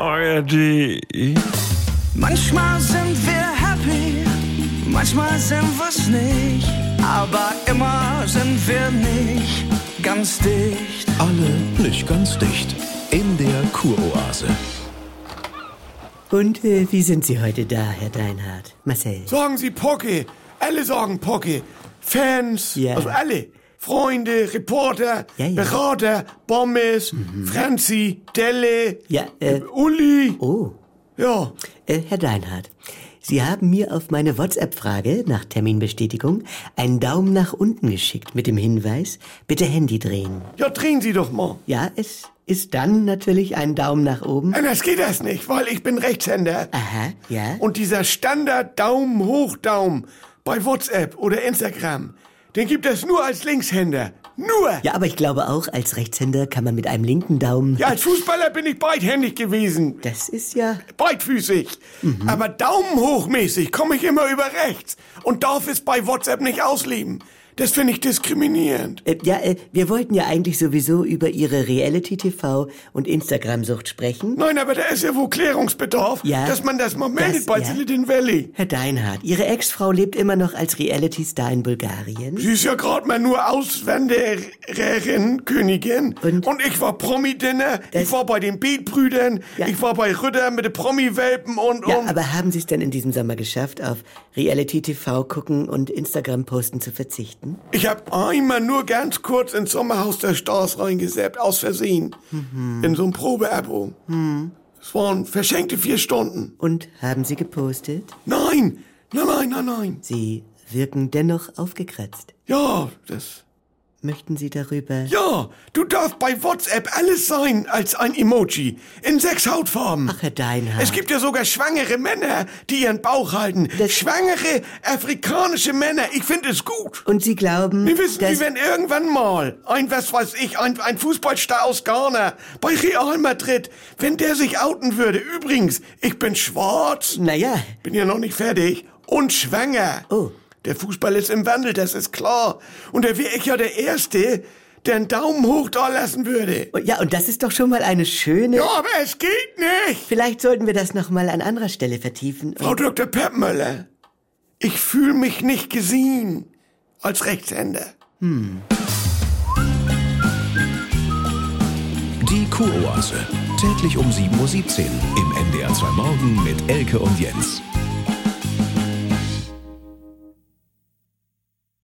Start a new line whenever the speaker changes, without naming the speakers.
ARD.
Manchmal sind wir happy, manchmal sind wir's nicht, aber immer sind wir nicht ganz dicht.
Alle nicht ganz dicht. In der Kuroase.
Und äh, wie sind Sie heute da, Herr Deinhardt? Marcel.
Sagen Sie Pocke. Alle sagen Pocke. Fans,
Ja.
also alle. Freunde, Reporter,
Ja, ja.
Berater, Bommes, Franzi, Delle,
Ja, äh,
Uli.
oh,
Ja,
äh, Herr Deinhardt. Sie haben mir auf meine WhatsApp-Frage nach Terminbestätigung einen Daumen nach unten geschickt mit dem Hinweis, bitte Handy drehen.
ja, drehen Sie doch mal.
Ja, es ist dann natürlich ein Daumen nach oben.
Anders Äh, geht das nicht, weil ich bin Rechtshänder.
Aha, ja.
Und dieser Standard Daumen hoch Daumen bei WhatsApp oder Instagram, den gibt es nur als Linkshänder. Nur.
Ja, aber ich glaube auch, als Rechtshänder kann man mit einem linken Daumen...
Ja, als Fußballer bin ich beidhändig gewesen,
Das ist ja...
beidfüßig.
Mhm.
Aber daumenhochmäßig komme ich immer über rechts und darf es bei WhatsApp nicht ausleben. Das finde ich diskriminierend.
Äh, ja, äh, wir wollten ja eigentlich sowieso über Ihre Reality-TV- und Instagram-Sucht sprechen.
Nein, aber da ist ja wohl Klärungsbedarf,
Ja.
dass man das mal meldet
Das-
bei
ja.
Silicon Valley.
Herr Deinhardt, Ihre Ex-Frau lebt immer noch als Reality-Star in Bulgarien.
Sie ist ja gerade mal nur Auswandererin, Königin.
Und?
Und, ich war Promi-Dinner,
Das-
ich war bei den Beat-Brüdern,
Ja.
ich war bei Rütter mit den Promi-Welpen und,
Ja,
und.
aber haben Sie es denn in diesem Sommer geschafft, auf Reality-TV gucken und Instagram-Posten zu verzichten?
Ich habe einmal nur ganz kurz ins Sommerhaus der Stars reingesäppt, aus Versehen.
Mhm.
In so einem Probeabo. Es waren verschenkte vier Stunden.
Und haben Sie gepostet?
Nein, nein, nein, nein, nein.
Sie wirken dennoch aufgekratzt.
Ja, das...
Möchten Sie darüber...
Ja, du darfst bei WhatsApp alles sein als ein Emoji. In sechs Hautfarben.
Ach, Herr Deinhardt.
Es gibt ja sogar schwangere Männer, die ihren Bauch halten.
Das-
schwangere afrikanische Männer. Ich finde es gut.
Und Sie glauben,
Wir wissen,
dass...
die werden irgendwann mal ein, was weiß ich, ein, ein Fußballstar aus Ghana bei Real Madrid, wenn der sich outen würde. Übrigens, ich bin schwarz,
Naja,
bin ja noch nicht fertig und schwanger.
Oh.
Der Fußball ist im Wandel, das ist klar. Und da wäre ich ja der Erste, der einen Daumen hoch da lassen würde.
und- ja, und das ist doch schon mal eine schöne...
Ja, aber es geht nicht.
Vielleicht sollten wir das nochmal an anderer Stelle vertiefen. um
Frau Dr. Peppmöller, ich fühle mich nicht gesehen als Rechtshänder.
Die Kuroase. Täglich um 7.17 Uhr im NDR 2 Morgen mit Elke und Jens.